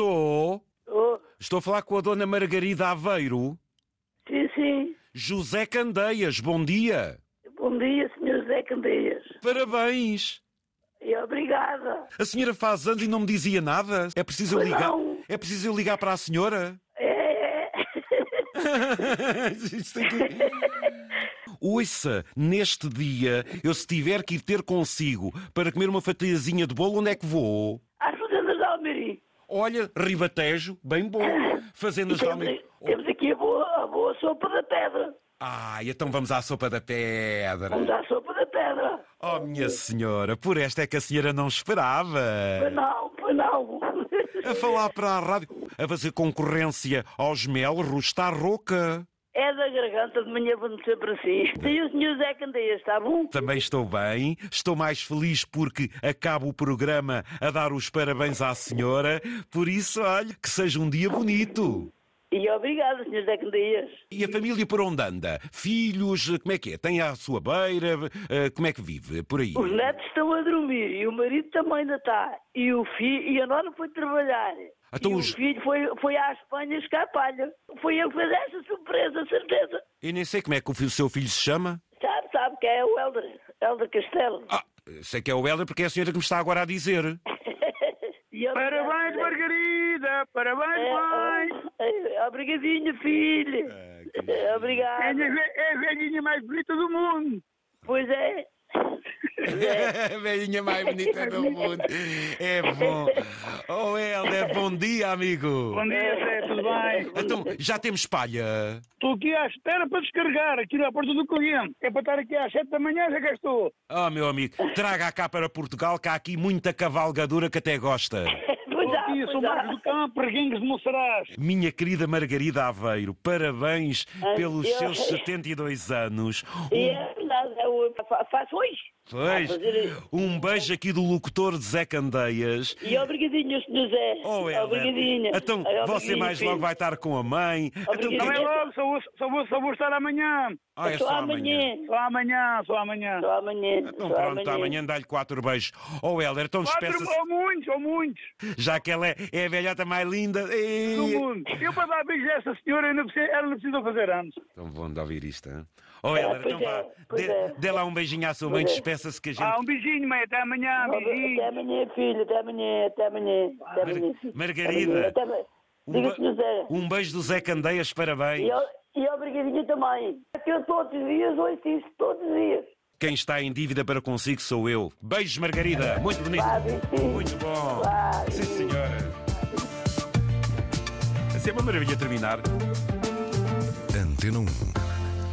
Estou. Oh, Estou a falar com a dona Margarida Aveiro. sim, sim. José Candeias, bom dia. Bom dia, Sr. Zé Candeias. Parabéns. E obrigada. A senhora faz anos e não me dizia nada. É preciso eu Pois ligar. não. É preciso eu ligar para a senhora. É, é. Isto aqui- Ouça, neste dia, eu se tiver que ir ter consigo para comer uma fatiazinha de bolo, onde é que vou? Às fazendas de Almeri. Olha, Ribatejo, bem bom. Ah, Fazendas de Temos, Almeida. temos aqui a boa, a boa sopa da pedra. Ai, então vamos à sopa da pedra. Vamos à sopa da pedra. Oh, minha senhora, por esta é que a senhora não esperava. Pois não, pois não. A falar para a rádio, a fazer concorrência aos melros, está rouca. É da garganta, de manhã vamos sempre assim. E o Sr. Zé Candeias, está bom? Também estou bem, estou mais feliz porque acabo o programa a dar os parabéns à senhora. Por isso, olha, que seja um dia bonito. E obrigada, Sr. Zé Candeias. E a família por onde anda? Filhos, como é que é? Tem à sua beira? Eh, Como é que vive? Por aí? Os netos estão a dormir e o marido também ainda está. E o filho, e a nora foi trabalhar. Então e os- o filho foi, foi à Espanha escapalha. Foi ele que fez essa surpresa, certeza. Eu nem sei como é que o fi- o seu filho se chama. Sabe, sabe que é o Helder, Helder Castelo. Ah, sei que é o Helder porque é a senhora que me está agora a dizer. E ele- Parabéns, Margarida! Parabéns, É, mãe! é, é, Obrigadinho, filho. É a Obrigado. ve- é a velhinha mais bonita do mundo! Pois é. É, A velhinha mais bonita do mundo. É bom. Oh, Helder, bom dia, amigo. Bom dia, Zé, tudo bem? Então, já temos palha. É. Estou aqui à espera para descarregar, aqui na porta do cliente. É para estar aqui às 7 da manhã, já cá estou. Oh, meu amigo, traga cá para Portugal, que há aqui muita cavalgadura que até gosta. Pois Estou há, aqui, sou pois há. Marcos do Campo, Reguengos de Monsaraz. Minha querida Margarida Aveiro, parabéns Ah, pelos eu- seus 72 anos. E é verdade, é o- fa- faço hoje. Pois, um beijo aqui do locutor de Zé Candeias. E obrigadinho, Sr. Zé. Oh, Helder. Obrigadinho. Então, Ai, você obrigadinho, mais filho. logo vai estar com a mãe. Então, Não é Obrigado. logo, só vou, só, vou, só vou estar amanhã. Ah, é só só amanhã. amanhã. Só amanhã, só amanhã. Só amanhã. Então só pronto, amanhã dá-lhe quatro beijos. Oh, Helder, então Quatro, despeça-se, ou muitos, ou muitos, já que ela é, é a velhota mais linda. E... do mundo. Eu para dar beijos a essa senhora, eu não preciso, ela não precisa fazer anos. Tão bom de ouvir isto, hein? Oh, Helder, pois então é, vá, pois dê, é. dê lá um beijinho à sua mãe, despeça-se que a gente... Ah, um beijinho, mãe, até amanhã, Até beijinho. amanhã, filho. Até amanhã. Até amanhã. Até amanhã. Margarida. Até amanhã. Um Diga, be- Sr. Zé. Um beijo do Zé Candeias, parabéns. E, o- e obrigadinho também. É que eu todos os dias ouço isso. Todos os dias. Quem está em dívida para consigo sou eu. Beijos, Margarida. Muito bonito. Vá, beijinho. Muito bom. Vá, Sim, senhora. Assim é uma maravilha terminar. Antena 1.